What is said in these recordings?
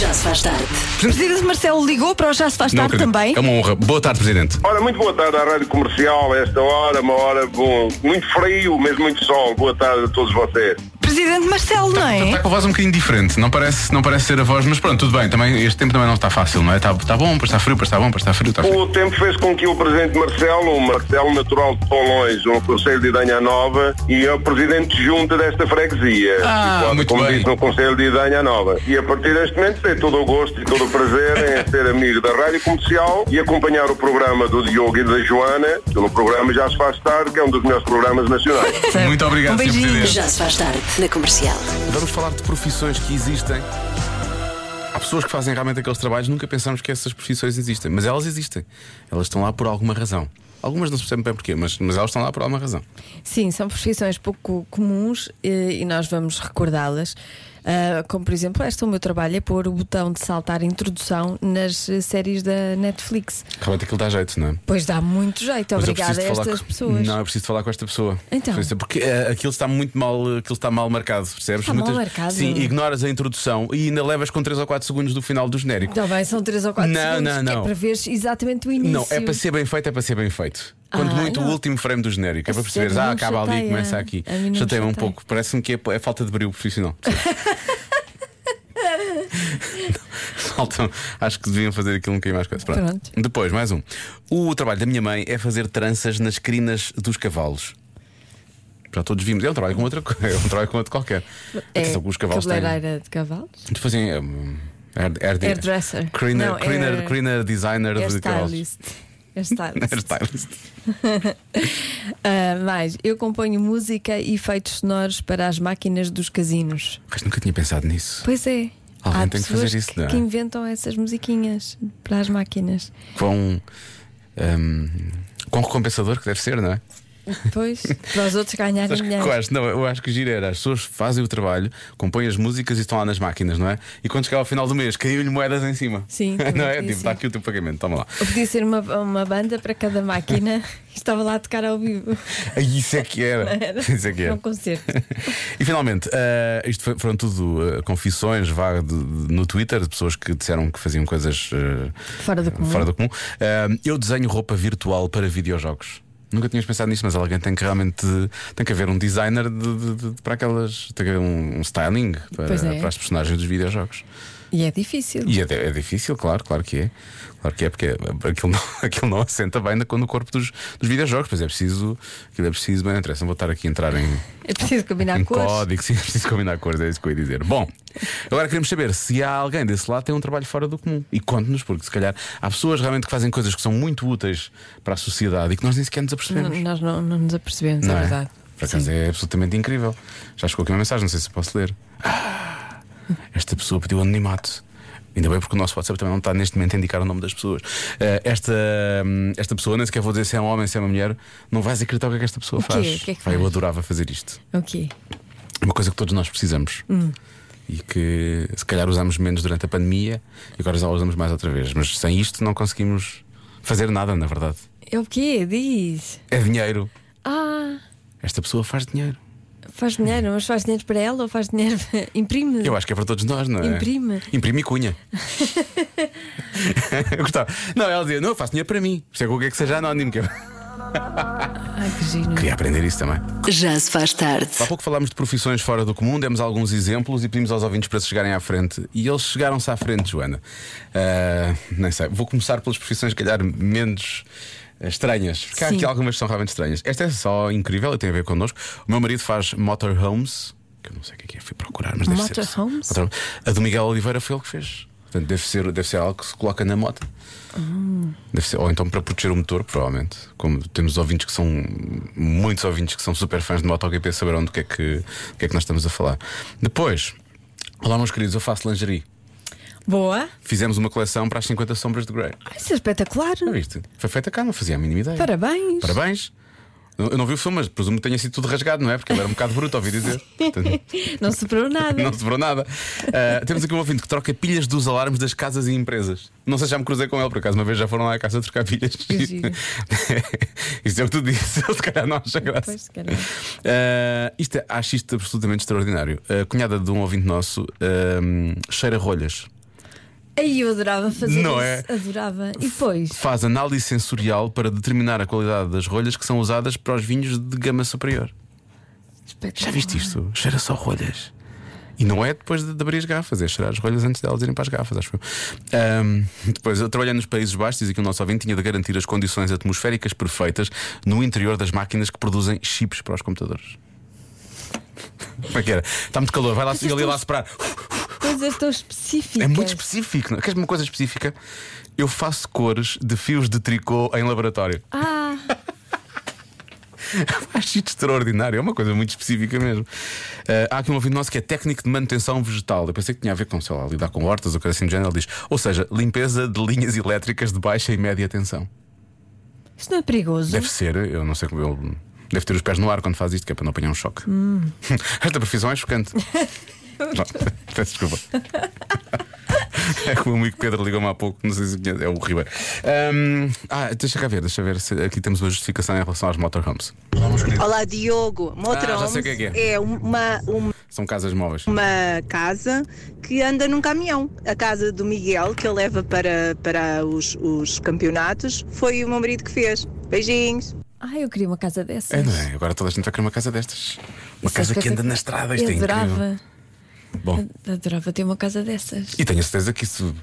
Já se faz tarde. Presidente Marcelo ligou para o Já se faz Não tarde acredito. também. É uma honra. Boa tarde, Presidente. Ora, muito boa tarde à Rádio Comercial, a esta hora, uma hora bom, muito frio, mas muito sol. Boa tarde a todos vocês. Presidente Marcelo, não Está é? com a voz um bocadinho diferente, não parece, não parece ser a voz, mas pronto, tudo bem. Também, este tempo também não está fácil, não é? Está, está bom, depois está frio, depois está bom, depois está frio, está frio. O tempo fez com que o Presidente Marcelo, um Marcelo natural de Polões, um Conselho de Idanha Nova, e é o Presidente Junta desta freguesia. Ah, situado, muito como bem. diz no Conselho de Idanha Nova. E a partir deste momento tem todo o gosto e todo o prazer em ser amigo da Rádio Comercial e acompanhar o programa do Diogo e da Joana, pelo programa Já se faz tarde, que é um dos melhores programas nacionais. Muito obrigado, Um Sr. beijinho. Presidente. Já se faz tarde na comercial. Vamos falar de profissões que existem. Há pessoas que fazem realmente aqueles trabalhos, nunca pensamos que essas profissões existem, mas elas existem. Elas estão lá por alguma razão. Algumas não se percebem bem porquê, mas, mas elas estão lá por alguma razão. Sim, são profissões pouco comuns eh, e nós vamos recordá-las. Ah, como, por exemplo, este é o meu trabalho: é pôr o botão de saltar introdução nas eh, séries da Netflix. Realmente aquilo dá jeito, não é? Pois dá muito jeito, Mas eu obrigada a preciso de falar estas com- pessoas. Não, é preciso falar com esta pessoa. Então. Por isso, Porque eh, aquilo está muito mal, eh, aquilo está mal marcado, percebes? Está mal marcado. Sim, ignoras a introdução e ainda levas com 3 ou 4 segundos do final do genérico. Então bem, são 3 ou 4 Não, segundos não, que não. é para ver exatamente o início. Não, é para ser bem feito, é para ser bem feito. Ah, Quando muito o não. último frame do genérico, é A para perceberes, sério, ah, não me acaba ali e chateia. começa aqui. A mim não me Chateia-me um chateia. pouco, parece-me que é, é falta de brilho profissional. Faltam, acho que deviam fazer aquilo um bocadinho mais coisa. Pronto. Pronto. Depois, mais um. O trabalho da minha mãe é fazer tranças nas crinas dos cavalos. Já todos vimos, é um trabalho com outra co- é um trabalho com outro qualquer. É Atenção que os cavalos têm. cabeleireira de cavalos? Eles fazem. hum, Air, Hairdresser. Criner, Não, criner- hair- criner designer de É cavalos. É Hairstylist. É Hairstylist. Hairstylist. Ah, mais, eu componho música e efeitos sonoros para as máquinas dos casinos. Mas nunca tinha pensado nisso. Pois é. Alguém Há tem que pessoas fazer isso, que, não é? que inventam essas musiquinhas para as máquinas. Quão. hum, quão recompensador que deve ser, não é? Depois, para os outros ganharem Acho que dinheiro. quase, não, eu acho que gira era. As pessoas fazem o trabalho, compõem as músicas e estão lá nas máquinas, não é? E quando chegar ao final do mês, caiu-lhe moedas em cima. Sim, não também é? podia Tipo, ser. está aqui o teu pagamento, toma lá. Ou podia ser uma, uma banda para cada máquina e estava lá a tocar ao vivo. Aí, Isso é que era. Era. Isso é que Era era. um concerto. E finalmente, eh, isto foi- foram tudo eh, confissões vá, de- de- no Twitter de pessoas que disseram que faziam coisas eh, Fora do comum. fora do comum. Eh, eu desenho roupa virtual para videojogos. Nunca tinhas pensado nisso, mas alguém tem que realmente tem que haver um designer de- de- de- para aquelas. Tem que haver um, um styling para, Pois é. para as personagens dos videojogos. E é difícil. E é, é difícil, claro, claro que é. Claro que é, porque aquilo não, aquilo não assenta bem no, no corpo dos, dos videojogos, pois é preciso. Aquilo é preciso, mas não interessa, não vou estar aqui a entrar em. É preciso combinar Um cores. código, sim, é preciso combinar cores, é isso que eu ia dizer. Bom, agora queremos saber se há alguém desse lado que tem um trabalho fora do comum. E conte-nos, porque se calhar há pessoas realmente que fazem coisas que são muito úteis para a sociedade e que nós nem sequer nos apercebemos. N- Nós não, não nos apercebemos, Hum, é verdade. Por acaso é absolutamente incrível. Já chegou aqui uma mensagem, não sei se posso ler. Ah, Esta pessoa pediu anonimato. Ainda bem porque o nosso WhatsApp também não está neste momento a indicar o nome das pessoas. Ah, esta, hum, esta pessoa, nem sequer vou dizer se é um homem, se é uma mulher, não vais acreditar o que é que esta pessoa O quê? faz. O que é que Vai, eu faz? adorava fazer isto. É O quê? Uma coisa que todos nós precisamos e que se calhar usámos menos durante a pandemia e agora já usamos mais outra vez. Mas sem isto não conseguimos fazer nada, na verdade. É o quê? Diz. É dinheiro. Ah, Esta pessoa faz dinheiro. faz dinheiro, mas faz dinheiro para ela ou faz dinheiro. Imprime. Eu acho que é para todos nós, não é? Imprime. Imprime e cunha. Eu gostava. Não, ela dizia, não, eu faço dinheiro para mim. Isto é qualquer que seja anónimo. que eu- Ai, que giro. Queria aprender isso também. Já se faz tarde. Há pouco falámos de profissões fora do comum, demos alguns exemplos e pedimos aos ouvintes para se chegarem à frente. E eles chegaram-se à frente, Joana. Ah, nem sei. Vou começar pelas profissões, se calhar, menos eh, estranhas. Porque há Sim. aqui algumas que são realmente estranhas. Esta é só incrível e tem a ver connosco. O meu marido faz motorhomes, que eu não sei o que é que é, fui procurar, mas deve ser. Motorhomes? Motor- A do Miguel Oliveira foi ele que fez. Portanto, deve ser, deve ser algo que se coloca na moto. Deve ser, ou então para proteger o motor, provavelmente. Como temos ouvintes que são muitos ouvintes que são super fãs de MotoGP, saberão do que é que, do que é que nós estamos a falar. Depois, olá meus queridos, eu faço lingerie. Boa. Fizemos uma coleção para as 50 sombras de Grey. Ah, Isso é espetacular. Já viste? Foi feita cá, não fazia a mínima ideia. Parabéns. Parabéns. Eu eu não vi o filme, mas presumo que tenha sido tudo rasgado, não é? Porque ele era um bocado bruto, ouvi dizer. Portanto, Não superou nada. não sobrou nada. Ah, temos aqui um ouvinte que troca pilhas dos alarmes das casas e empresas. Não sei se já me cruzei com ele, por acaso, uma vez já foram lá à casa trocar pilhas. Que giro. Isso é o que tu disse, ele se calhar não acha graça. Pois, se calhar. Ah, isto é- acho isto absolutamente extraordinário. A cunhada de um ouvinte nosso ah, cheira ah, rolhas. Aí eu adorava fazer Não isso. é? Adorava. E depois? Faz análise sensorial para determinar a qualidade das rolhas que são usadas para os vinhos de gama superior. Já viste isto? Cheira só rolhas. E não é depois de, de abrir as garrafas, é cheirar as rolhas antes de elas irem para as garrafas, acho eu. Ahm, depois, eu trabalhei nos Países Baixos, dizia que o nosso ouvinte tinha de garantir as condições atmosféricas perfeitas no interior das máquinas que produzem chips para os computadores. Como é que era? Está muito calor, vai lá, siga ali lá separar. Coisas tão específicas. É muito específico, não? queres uma coisa específica? Eu faço cores de fios de tricô em laboratório. Ah, Acho isto extraordinário, é uma coisa muito específica mesmo. Ah, há aqui um ouvinte nosso que é técnico de manutenção vegetal. Eu pensei que tinha a ver com, sei lá, lidar com hortas ou coisa assim do género. Ele diz: ou seja, limpeza de linhas elétricas de baixa e média tensão. isto não é perigoso. Deve ser, eu não sei como ele. Deve ter os pés no ar quando faz isto, que é para não apanhar um choque. Esta profissão é chocante. Não, Peço desculpa. É como o amigo Pedro ligou-me há pouco, não sei se conhece, é o Ribeiro. Ahm, ah, deixa cá ver, deixa ver se aqui temos uma justificação em relação aos motorhomes. Olá, Diogo. Ah, já sei o que é que é. é uma, uma, São casas móveis. uma casa que anda num caminhão. A casa do Miguel, que ele leva para, para os, os campeonatos, foi o meu marido que fez. Beijinhos. Ah, eu queria uma casa dessas. É, não é? Agora toda a gente vai querer uma casa destas. Uma Sabes casa qual que é anda na estrada, eu isto é incrível. adorava, Bom, adorava ter uma casa dessas. e tenho a certeza que isso,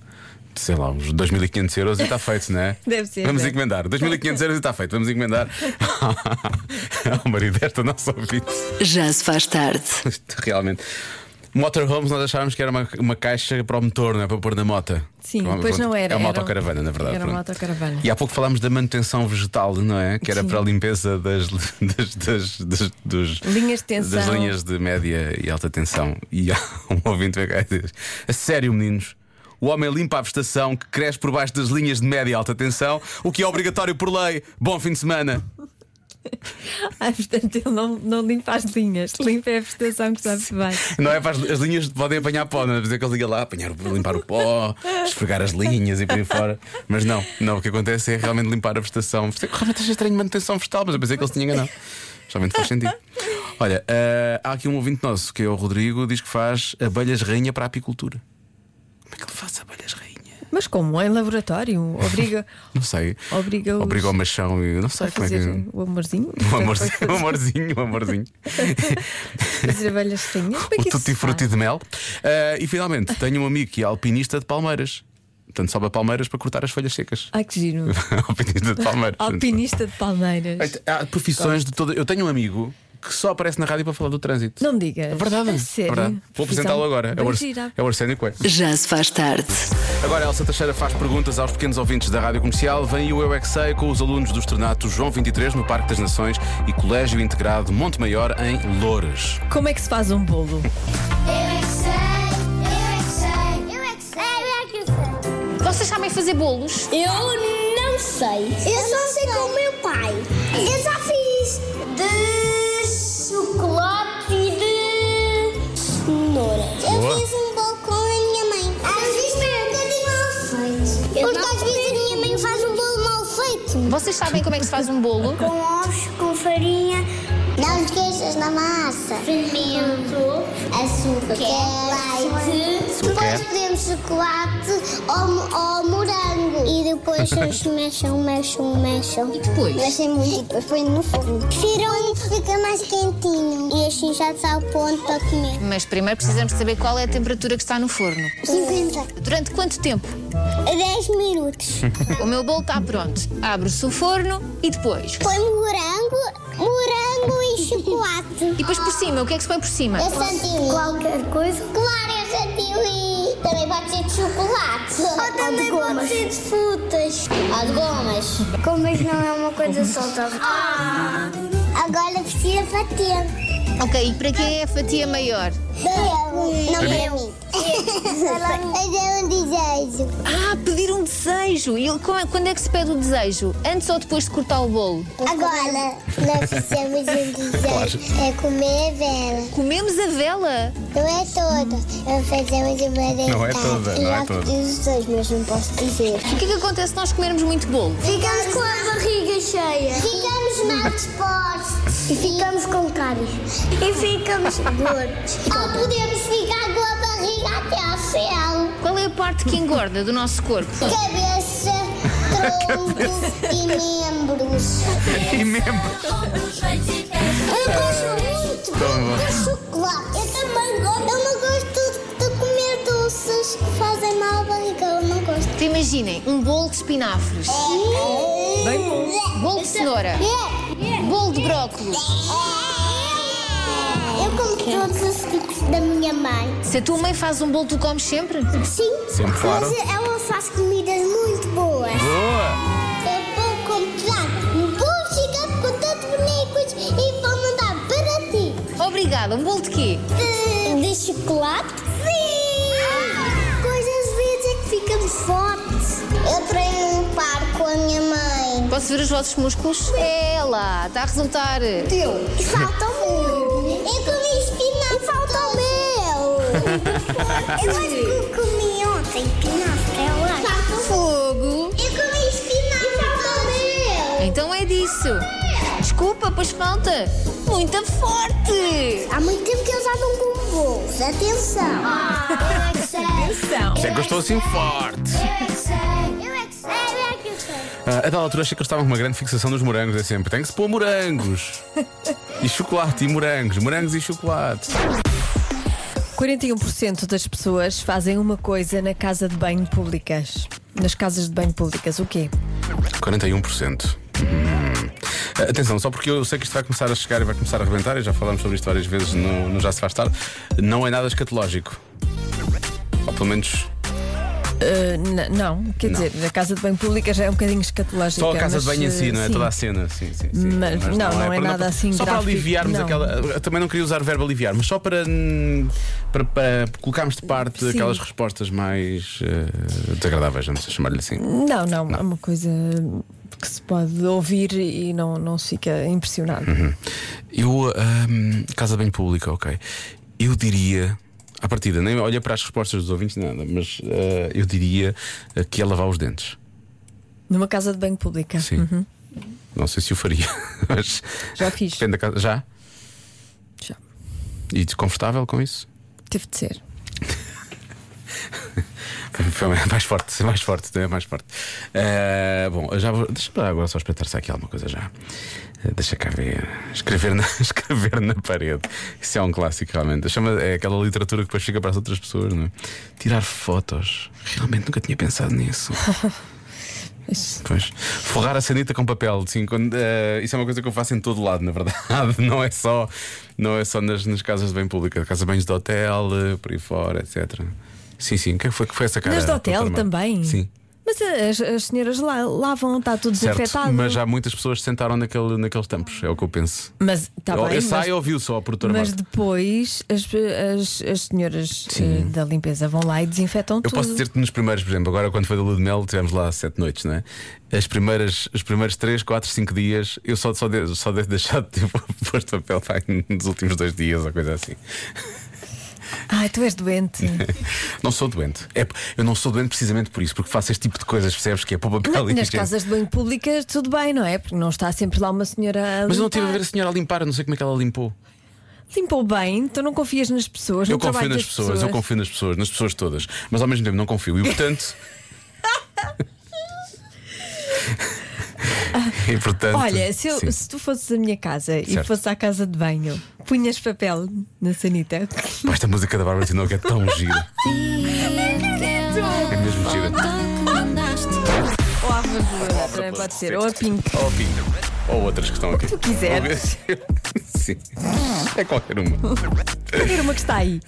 sei lá, uns 2.500 euros e está feito, não é? Deve ser, Vamos deve. encomendar. 2.500 euros e está feito. Vamos encomendar ao marido desta nossa ouvinte. Já se faz tarde. Isto Realmente. Motorhomes, nós achávamos que era uma, uma caixa para o motor, não é? Para pôr na mota. Sim, Pronto, pois não era, É uma era um- autocaravana, na verdade. era uma pronto. autocaravana. E há pouco falámos da manutenção vegetal, não é? Que era Sim. para a limpeza das, das, das- das- dos- Linhas de tensão. Das linhas de média e alta tensão. E há um ouvinte que vai cá e diz: A sério, meninos. O homem limpa a vegetação que cresce por baixo das linhas de média e alta tensão, o que é obrigatório por lei. Bom fim de semana. Ah, portanto, ele não, não limpa as linhas, limpa a vegetação que sabe-se bem. Não é para as, as linhas podem apanhar pó, não é Por isso é que ele liga lá, apanhar, o- limpar o pó, esfregar as linhas e por aí fora. Mas não, não, o que acontece é realmente limpar a vegetação. Por isso é que Realmente achei estranho manutenção vegetal, mas eu pensei que ele se tinha enganado. Realmente faz sentido. Olha, eh, há aqui um ouvinte nosso, que é o Rodrigo, diz que faz abelhas rainha para a apicultura. Como é que ele faz abelhas rainha? Mas como? Em laboratório? Obriga, Não sei. Obriga-os Obriga ao machão e não a sei como é que. fazer o amorzinho? Um amorzinho, um amorzinho, um amorzinho. Fazer abelhas rainhas? Como é o que isso Um Tutti se faz? Frutti de mel. Ah, e finalmente, tenho um amigo que é alpinista de palmeiras. Portanto, sobe a palmeiras para cortar as folhas secas. Ai que giro. alpinista de palmeiras. Alpinista de palmeiras. Há profissões de toda. Eu tenho um amigo que só aparece na rádio para falar do trânsito. Não me digas. É verdade. A sério? É verdade. Vou Profissão apresentá-lo agora. É bem o, Ars- gira. é o Arsénio Coelho. Já se faz tarde. Agora a Elsa Teixeira faz perguntas aos pequenos ouvintes da Rádio Comercial. Vem o Eu É Que Sei com os alunos do Estrenato João 23 no Parque das Nações e Colégio Integrado Monte Maior em Loures. Como é que se faz um bolo? Vocês sabem fazer bolos? Eu não sei. Eu só sei com o meu pai. Eu já fiz de chocolate e de cenoura. Eu Boa. fiz um bolo com a minha mãe. Às vezes é um bocadinho mal feito. Porque às vezes a minha mãe faz um bolo mal feito. Vocês sabem como é que se faz um bolo? Com ovos, com farinha. Não queixas na massa. Fermento, açúcar, leite. Depois podemos chocolate ou, ou morango. E depois eles mexam, mexam, mexam. E depois? Mexem muito e depois põem no fogo. Tiram fica mais quentinho. E assim já está ao ponto para comer. Mas primeiro precisamos saber qual é a temperatura que está no forno. 50. Durante quanto tempo? 10 minutos. O meu bolo está pronto. Abre-se o forno e depois. Põe morango, morango e chocolate. E depois por cima, o que é que se põe por cima? É chantilly. Qualquer coisa? Claro, é chantilly. Também pode ser de chocolate. Ou também pode ser de frutas. Ou de gomas. Gomas não é uma coisa solta. Ah. Agora precisa bater. Ok, e para quem é a fatia maior? Não, não é um. Mas é um desejo. Ah, pedir um desejo! E ele- como é- quando é que se pede o desejo? Antes ou depois de cortar o bolo? Agora, nós fizemos um desejo. É comer a vela. Comemos a vela! Não é toda. Eu fazemos uma dentada. Não é toda, não é toda. Eu os dois, mas não posso dizer. O que é que acontece se nós comermos muito bolo? Ficamos com a barriga cheia. Ficamos mal dispostos. E ficamos com cáries. E ficamos gordos. Ou podemos ficar com a barriga até ao céu. Qual é a parte parte que engorda do nosso corpo? Então, Cabeça, tronco e membros. E membros. Eu gosto muito de chocolate. Eu também gosto. Eu não gosto de comer doces que fazem mal ao barrigão. Eu não gosto. Te imaginem, um bolo de espinafres, É. Bem bom. bolo de cenoura, É. bolo de brócolis. Eu como todos os tipos da minha mãe. Se a tua mãe faz um bolo, tu comes sempre? Sim, Sempre mas claro. ela faz comidas muito boas. Boa! Eu vou comprar, vou chegar com tantos bonecos e vou mandar para ti. Obrigada, um bolo de quê? De, de chocolate? Sim! Coisas verdes é que ficamos fortes. Eu treino um par com a minha mãe. Posso ver os vossos músculos? É lá, está a resultar. Teu. E falta um. Eu comi espinafre. E falta o meu. Eu acho que eu comi ontem espinafre. Eu acho. Falta Fogo! Eu comi espinafre. E falta o meu. Então é disso. Desculpa, pois falta. Muito forte! Há muito tempo que eu já não como bolos. Atenção! Ah, Atenção! Isso é que eu estou assim forte. é Ah, a dada altura achei que eles estavam com uma grande fixação nos morangos. É sempre, tem que se pôr morangos. e chocolate e morangos. Morangos e chocolate. 41% das pessoas fazem uma coisa na casa de banho públicas. Nas casas de banho públicas, o quê? 41%. Hum. Ah, Atenção, só porque eu sei que isto vai começar a chegar e vai começar a arrebentar, e já falámos sobre isto várias vezes no, no Já Se Faz Tarde, não é nada escatológico. Ou pelo menos Uh, n- não, quer Não. dizer, a casa de banho pública já é um bocadinho escatológica. Só a casa mas, de banho em si, uh, não é? sim. Toda a cena, sim, sim. sim. Mas não, não é para- nada assim Só para gráfico, aliviarmos não. aquela. eu também não queria usar o verbo aliviar, mas só para, hum, para, para colocarmos de parte Sim. aquelas respostas mais eh, desagradáveis, vamos chamar-lhe assim. Não, não, é uma coisa que se pode ouvir e não, não se fica Uhum. impressionado. Eu. hum, casa bem pública, ok. Eu diria. À partida, nem olha para as respostas dos ouvintes, nada, mas eh, eu diria eh, que é lavar os dentes. Numa casa de banho pública. Sim. Não sei se o faria, mas. Já fiz. Depende da casa. Já? Já. E desconfortável com isso? Teve de ser. Foi mais forte, mais forte, é mais forte. Eh, bom, eu já vou. Deixa para agora só espreitar se há aqui alguma coisa já. Eh, Deixa cá ver. Escrever na, escrever na parede. Isso é um clássico, realmente. Chama, é aquela literatura que depois fica para as outras pessoas, não é? Tirar fotos. Realmente nunca tinha pensado nisso. Mas Pois. Forrar a sanita com papel, sim, quando, eh, isso é uma coisa que eu faço em todo lado, na verdade. Não é só, não é só nas, nas casas de bem pública, casas de banhos de hotel, eh, por aí fora, etc. Sim, sim. O que é que foi que foi essa cara? Nas de doutora hotel Mar? também. Sim. Mas as, as senhoras lá, lavam, está tudo Certo, desinfetado. mas já muitas pessoas se sentaram naquele, naqueles tampos, é o que eu penso. Mas tá eu bem. eu mas- saio ouviu só a produtora Mas Marta. depois as, as, as senhoras eh, da limpeza vão lá e desinfetam Eu tudo. posso dizer-te nos primeiros, por exemplo, agora quando foi da Lua de Mel, tivemos lá sete noites, não é? As primeiras, os primeiros três, quatro, cinco dias, eu só, só, de, só devo deixar de ter posto papel pá, nos últimos dois dias ou coisa assim. Ai, tu és doente. Não sou doente. É, eu não sou doente precisamente por isso, porque faço este tipo de coisas, percebes? Que é pôr papel e Nas higiene. casas de banho públicas, tudo bem, não é? Porque não está sempre lá uma senhora a Mas eu não limpar. tive a ver a senhora a limpar, eu não sei como é que ela limpou. Limpou bem, tu não confias nas pessoas, Eu no confio trabalho nas das pessoas, eu confio nas pessoas, nas pessoas todas, mas ao mesmo tempo não confio. E portanto. e portanto. Olha, se, eu- sim. se tu fosses à minha casa e Certo. fosse à casa de banho, punhas papel na sanita. Pá, Esta música da Bárbara Tinoco é tão gira. É mesmo gira. Ou à Vazura, também pode ser. Ou a Pink. Ou a Pink. Ou outras que estão aqui. Tu quiseres. Sim. É qualquer uma. Primeiro uma que está aí.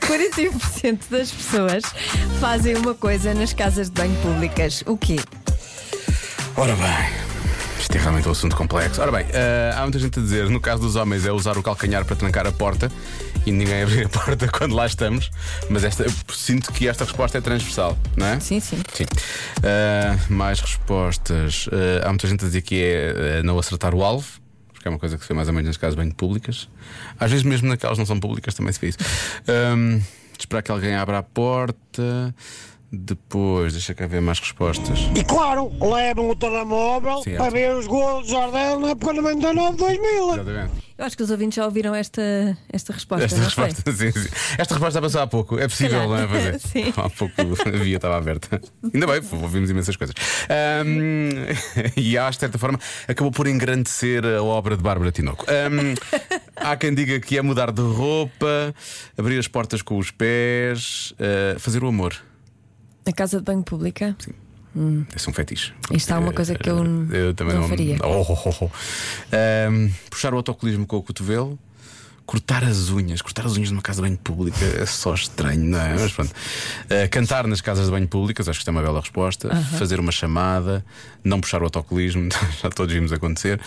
41% das pessoas fazem uma coisa nas casas de banho públicas. O quê? Ora bem, isto é realmente um assunto complexo. Ora bem, eh, há muita gente a dizer, no caso dos homens, é usar o calcanhar para trancar a porta e ninguém abrir a porta quando lá estamos, mas esta, eu sinto que esta resposta é transversal, não é? Sim, sim. Sim. Eh, mais respostas. Eh, há muita gente a dizer que é eh, não acertar o alvo. porque É uma coisa que se vê mais ou menos nas casas bem públicas. Às vezes, mesmo naquelas que não são públicas, também se vê isso. Ahm, esperar que alguém abra a porta. Depois, deixa cá ver mais respostas. E claro, levam o telemóvel Certo. para ver os gols de Jordana para 99 2000. Exatamente. Eu acho que os ouvintes já ouviram esta, esta resposta. Esta não resposta, sim, sim. Esta resposta passou há pouco. É possível, calhar. não é? Fazer. Sim. Há pouco a via estava aberta. Ainda bem, ouvimos imensas coisas. Ahm, e acho, de certa forma, acabou por engrandecer a obra de Bárbara Tinoco. Ahm, há quem diga que é mudar de roupa, abrir as portas com os pés, ah, fazer o amor. foi? A casa de banho pública. Esse é um fetiche. Eh, Isto há uma coisa que eu n- Eu também não não faria. Oh, oh, oh, oh. Ahm, puxar o autocolismo com o cotovelo, cortar as unhas, cortar as unhas numa casa de banho pública é só estranho, não é? Mas pronto. Ah, cantar nas casas de banho públicas, acho que isto é uma bela resposta. Fazer uma chamada, não puxar o autocolismo, já todos vimos acontecer.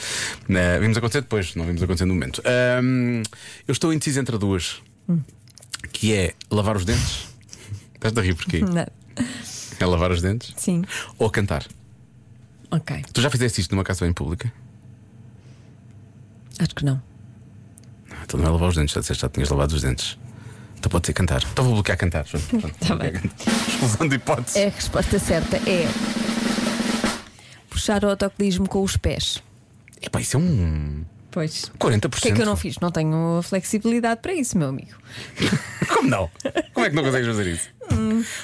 Ah, vimos acontecer depois, não vimos acontecer no momento. Ahm, eu estou indeciso entre duas, Hum. que é lavar os dentes. Estás a rir porquê? Não. É lavar os dentes? Sim. Ou cantar. Ok. Tu já fizeste isto numa casa bem pública? Acho que não. Ah, Então não é lavar os dentes, já disseste, já tinhas lavado os dentes. Então pode ser cantar. Então vou bloquear cantar. Está Tá bem. É. Exclusão de hipótese. A resposta certa é. Puxar o autocolismo com os pés. Epá, isso é um Pois. O 40%. que é que eu não fiz? Não tenho flexibilidade para isso, meu amigo. Como não? Como é que não consegues fazer isso?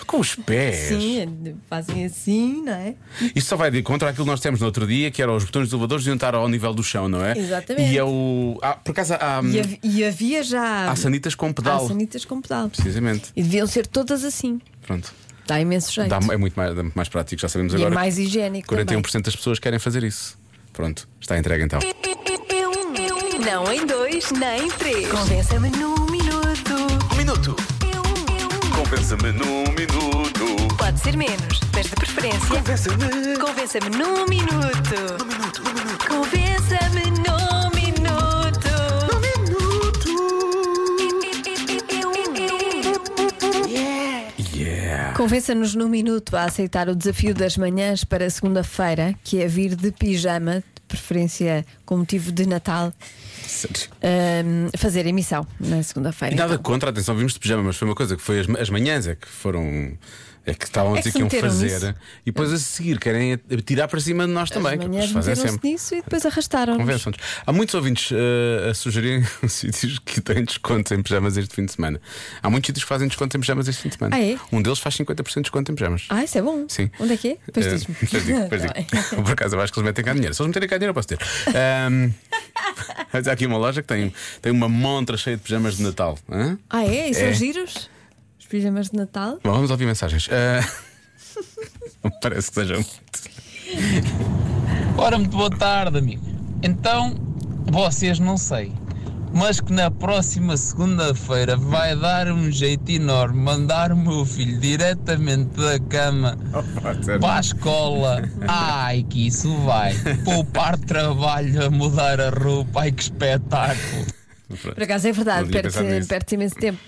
Com os pés. Hum. Sim, fazem assim, não é? Isso só vai de contra aquilo que nós temos no outro dia, que era os botões dos elevadores deviam estar ao nível do chão, não é? Exatamente. E é o. Ah, por acaso há, E, hav- e havia já. há sanitas com pedal. Há sanitas com pedal. Precisamente. E deviam ser todas assim. Pronto. Dá imenso jeito. Dá- é muito mais, dá muito mais prático, já sabemos e é agora. mais higiênico. 41% das pessoas querem fazer isso. Pronto, está entregue então. Não em dois, nem em três. Convença-me num minuto. Um minuto. Convença-me num minuto. Pode ser menos, mas de preferência. Convença-me. Convença-me num minuto. Num minuto. Num minuto. Convença-me num minuto. É. Yeah! Convença-nos num minuto a aceitar o desafio das manhãs para segunda-feira, que é vir de pijama, de preferência com motivo de Natal, ahm, fazer emissão na segunda-feira. E nada então. contra, atenção, vimos de pijama, mas foi uma coisa que foi as, as manhãs é que foram. É que estavam a É que dizer se que iam meteram fazer nisso. É. e depois a seguir querem tirar para cima de nós também, As que manhãs depois fazem meteram-se sempre. nisso e depois arrastaram-nos. Conversam-nos. Há muitos ouvintes eh, a sugerirem sítios que têm descontos em pijamas este fim de semana. Há muitos sítios que fazem descontos em pijamas este fim de semana. Ah, é? Um deles faz 50% de desconto em pijamas. Ah, isso é bom. Sim. Onde é que é? Depois Eh, diz-me. depois digo, depois Tá bem. digo. Por acaso eu acho que eles metem cá dinheiro. Se eles meterem cá dinheiro, eu posso ter. Ahm, mas há aqui uma loja que tem, tem uma montra cheia de pijamas de Natal. Hã? Ah, é? E são É. giros? Os pijamas de Natal? Bom, vamos ouvir mensagens. Ah, não parece que sejam muito. Ora, muito boa tarde, amigo. Então, vocês não sei, mas que na próxima segunda-feira vai dar um jeito enorme mandar o meu filho diretamente da cama para a escola. Ai, que isso vai! Poupar trabalho a mudar a roupa, ai que espetáculo! Por acaso é Não verdade, tinha pensado perde, nisso. perde imenso tempo.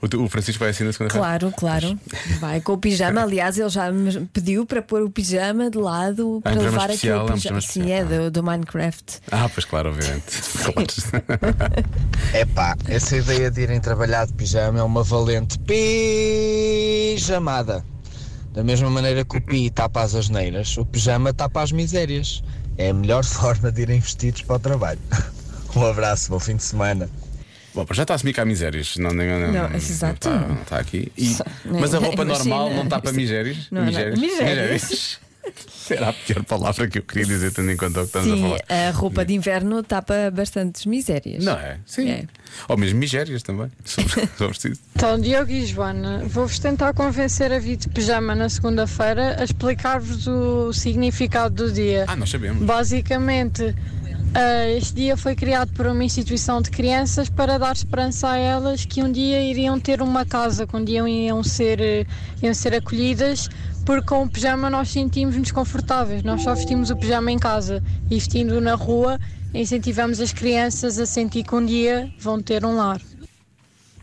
O teu- O Francisco vai assim na segunda-feira. Claro, claro. Vai com o pijama. Aliás, ele já me pediu para pôr o pijama de lado para pijama levar especial, é um aqui o pijama pijama. Sim, é do, do Minecraft. Ah, pois claro, obviamente. Claro. Epá, essa ideia de irem trabalhar de pijama é uma valente pijamada. Da mesma maneira que o pi tapa as asneiras, o pijama tapa as misérias. É a melhor forma de irem vestidos para o trabalho. Um abraço, bom fim de semana. Bom, para já está a assumir cá misérias. Não, não, não, Não, não exato. está, não está aqui. E- Só- né, mas a roupa Imagina. normal não está para misérias. Não, não. Misérias. Será a pior palavra que eu queria dizer, tendo em conta o que estamos a Sim, é. falar. Hum. a roupa de inverno tapa bastantes misérias. Não é? Sim. É. Ou mesmo misérias também. Sobre, sobre isso. Então, Diogo e Joana, vou-vos tentar convencer a vir de pijama na segunda-feira a explicar-vos o significado do dia. Ah, nós sabemos. Basicamente, ah, este dia foi criado por uma instituição de crianças para dar esperança a elas que um dia iriam ter uma casa, que um dia iam ser, eh, iam ser acolhidas, porque com o pijama nós sentimos-nos confortáveis. Nós só vestimos o pijama em casa e vestindo-o na rua incentivamos as crianças a sentir que um dia vão ter um lar.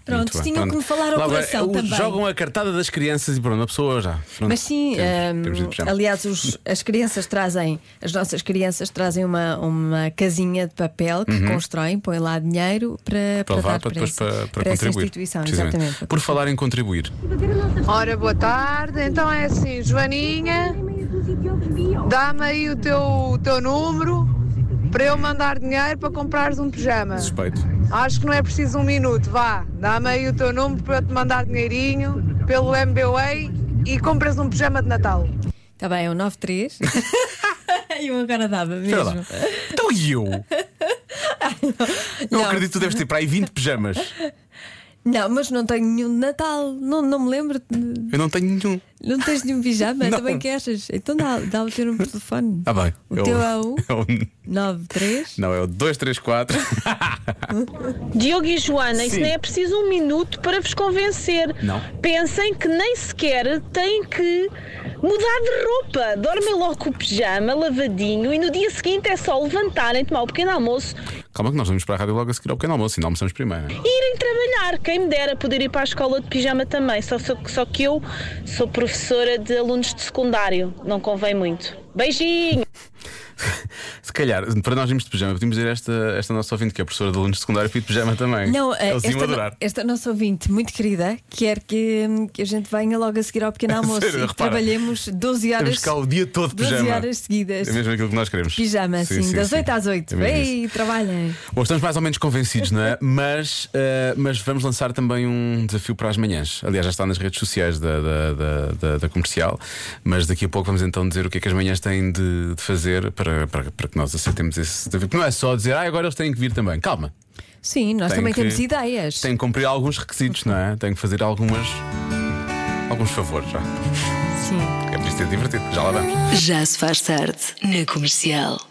Pronto, Muito bem, tinham que me falar ao Lá agora, coração o- também. Jogam a cartada das crianças e pronto, a pessoa já. pronto, Mas sim, temos- hum, temos de pijama. aliás, os- as crianças trazem, as nossas crianças trazem uma, uma casinha de papel que constroem, põem lá dinheiro para, Uhum. para levar dar para depois essa- para, para para essa contribuir. instituição. Precisamente. Exatamente. Por falar em contribuir, Ora, boa tarde. Então é assim, Joaninha, dá-me aí o teu, o teu número para eu mandar dinheiro para comprares um pijama. Suspeito. Acho que não é preciso um minuto, vá, dá-me aí o teu número para eu te mandar dinheirinho pelo MBWay e compras um pijama de Natal. Está bem, é um 9-3. eu agora dava Espera mesmo. lá. Então e eu? Não, acredito que tu deves ter para aí 20 pijamas. Não, mas não tenho nenhum de Natal. Não, não me lembro. de- Eu não tenho nenhum. Não tens nenhum pijama? Não. Também que achas? Então dá, dá o teu número de telefone. Ah, bem. O teu é o é o. 93. Não, é o 234. Diogo e Joana, isso Sim. nem é preciso um minuto para vos convencer. Não. Pensem que nem sequer têm que mudar de roupa. Dormem logo com o pijama lavadinho e no dia seguinte é só levantarem, tomar o pequeno almoço Calma que nós vamos para a rádio logo a seguir ao pequeno almoço e não almoçamos primeiro. e né? irem trabalhar. Quem me dera poder ir para a escola de pijama também. Só, só, só que eu sou professora de alunos de secundário. Não convém muito. Beijinho! Se calhar, para nós irmos de pijama, podíamos dizer esta, esta nossa ouvinte, que é professora de alunos de secundário, para ir de pijama também. Não, eh, é Eles iam esta, adorar. no- esta nossa ouvinte, muito querida, quer que, hum, que a gente venha logo a seguir ao pequeno almoço Sério, e que repara. trabalhemos 12 Temos horas, cá o dia todo de 12 pijama. horas seguidas. É mesmo aquilo que nós queremos. Pijama, sim, das 8 às 8. É mesmo isso. Ei, trabalhem. Bom, estamos mais ou menos convencidos, não é? Mas, eh, mas vamos lançar também um desafio para as manhãs. Aliás, já está nas redes sociais da, da, da, da- da comercial. Mas daqui a pouco vamos então dizer o que é que as manhãs têm de, de fazer para, para, para que nós aceitemos esse desafio. Porque não é só dizer, ah, agora eles têm que vir também. Calma. Sim, nós Tem também que- temos ideias. Têm que cumprir alguns requisitos, não é? Têm que fazer algumas. alguns favores já. Sim. É preciso ter divertido. Já lá vamos. Já se faz tarde na comercial.